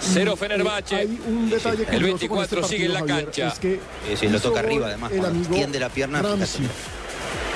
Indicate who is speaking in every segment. Speaker 1: Cero Fenerbahce.
Speaker 2: Eh, Hay un detalle
Speaker 1: el
Speaker 2: curioso con
Speaker 1: 24
Speaker 2: este
Speaker 1: sigue en la
Speaker 2: partido,
Speaker 1: cancha.
Speaker 2: Javier, es que
Speaker 3: Sí, sí, Eh, lo
Speaker 2: hizo
Speaker 3: toca
Speaker 2: gol
Speaker 3: arriba, además,
Speaker 2: El
Speaker 3: cuando
Speaker 2: amigo
Speaker 3: extiende la pierna, fíjate.
Speaker 2: Ramsey.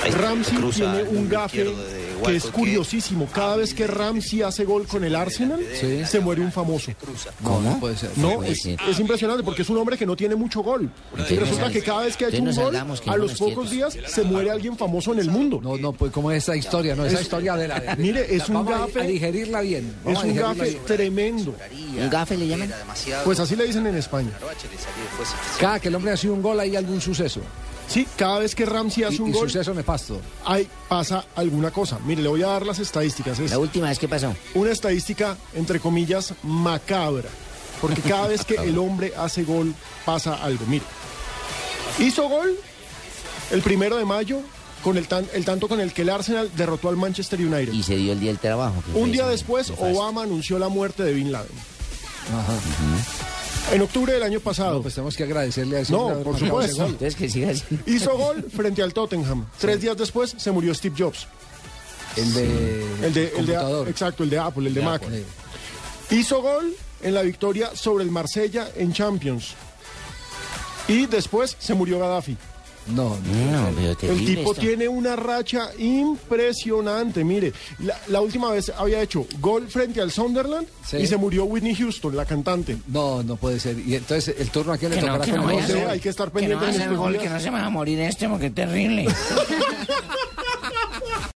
Speaker 3: Ahí está,
Speaker 2: Ramsey
Speaker 3: cruza
Speaker 2: tiene
Speaker 3: el
Speaker 2: un
Speaker 3: hombro
Speaker 2: gafe
Speaker 3: izquierdo de Walcott, Ah,
Speaker 2: que es curiosísimo. Cada vez que Ramsey hace gol con el Arsenal, se muere un famoso.
Speaker 3: Cruza.
Speaker 4: ¿Cómo? Puede ser.
Speaker 2: No, es, es impresionante porque es un hombre que no tiene mucho gol. Y
Speaker 4: nos
Speaker 2: resulta
Speaker 4: sal-
Speaker 2: que cada vez que ha hecho
Speaker 4: usted
Speaker 2: un
Speaker 4: nos
Speaker 2: gol,
Speaker 4: hablamos, que
Speaker 2: a
Speaker 4: no
Speaker 2: los
Speaker 4: nos
Speaker 2: pocos
Speaker 4: quietos.
Speaker 2: días se muere alguien famoso en el mundo.
Speaker 4: No, no, pues como esa historia, no, esa historia de la... de-
Speaker 2: Mire, es
Speaker 4: la-
Speaker 2: un
Speaker 4: vamos a-
Speaker 2: gafe-
Speaker 4: A digerirla bien.
Speaker 2: Es
Speaker 4: vamos
Speaker 2: un
Speaker 4: a digerirla
Speaker 2: gafe
Speaker 4: bien.
Speaker 2: tremendo.
Speaker 4: ¿Un gafe le llaman?
Speaker 3: Era demasiado.
Speaker 2: Pues así le dicen en España.
Speaker 3: Fenerbahce le salió después.
Speaker 4: Cada que el hombre hace un gol hay algún suceso.
Speaker 2: Sí, cada vez que Ramsey hace
Speaker 4: Y,
Speaker 2: un
Speaker 4: y
Speaker 2: gol,
Speaker 4: suceso nefasto.
Speaker 2: ahí pasa alguna cosa. Mire, le voy a dar las estadísticas. Es
Speaker 5: La última vez que pasó.
Speaker 2: una estadística, entre comillas, macabra. Porque cada vez que el hombre hace gol, pasa algo. Mire, hizo gol el primero de mayo con el, tan- el tanto con el que el Arsenal derrotó al Manchester United.
Speaker 5: Y se dio el día del trabajo. que
Speaker 2: Un
Speaker 5: fue
Speaker 2: día
Speaker 5: ese,
Speaker 2: después,
Speaker 5: nefasto.
Speaker 2: Obama anunció la muerte de Bin Laden. En octubre del año pasado.
Speaker 4: Pues tenemos que agradecerle a ese
Speaker 2: No,
Speaker 4: hombre haber
Speaker 2: por
Speaker 4: marcado
Speaker 2: supuesto.
Speaker 4: ese gol.
Speaker 5: Entonces que siga así.
Speaker 2: Hizo gol frente al Tottenham. Tres días después se murió Steve Jobs.
Speaker 4: El de...
Speaker 2: El de, el de-
Speaker 4: computador. Eh,
Speaker 2: exacto, el de Apple, el de, Mac.
Speaker 4: Apple.
Speaker 2: Hizo gol en la victoria sobre el Marsella en Champions. Y después se murió Gaddafi.
Speaker 4: No, no.
Speaker 5: No, pero
Speaker 2: El
Speaker 5: terrible
Speaker 2: tipo
Speaker 5: esto.
Speaker 2: tiene una racha impresionante. Mire, la, la última vez había hecho gol frente al Sunderland
Speaker 4: Sí.
Speaker 2: y se murió Whitney Houston, la cantante.
Speaker 4: No, no puede ser. Y entonces, ¿el turno a quién le
Speaker 5: Que no,
Speaker 4: tocará
Speaker 5: que
Speaker 4: con
Speaker 5: no
Speaker 4: el
Speaker 5: vaya
Speaker 2: No
Speaker 4: gol de
Speaker 5: a
Speaker 2: sé,
Speaker 5: ser.
Speaker 4: hoy?
Speaker 2: hay que estar este
Speaker 5: Que no
Speaker 2: pendiente
Speaker 5: va a
Speaker 2: en
Speaker 5: ser
Speaker 2: estos
Speaker 5: gol,
Speaker 2: días.
Speaker 5: que no se me va a morir este, porque es terrible.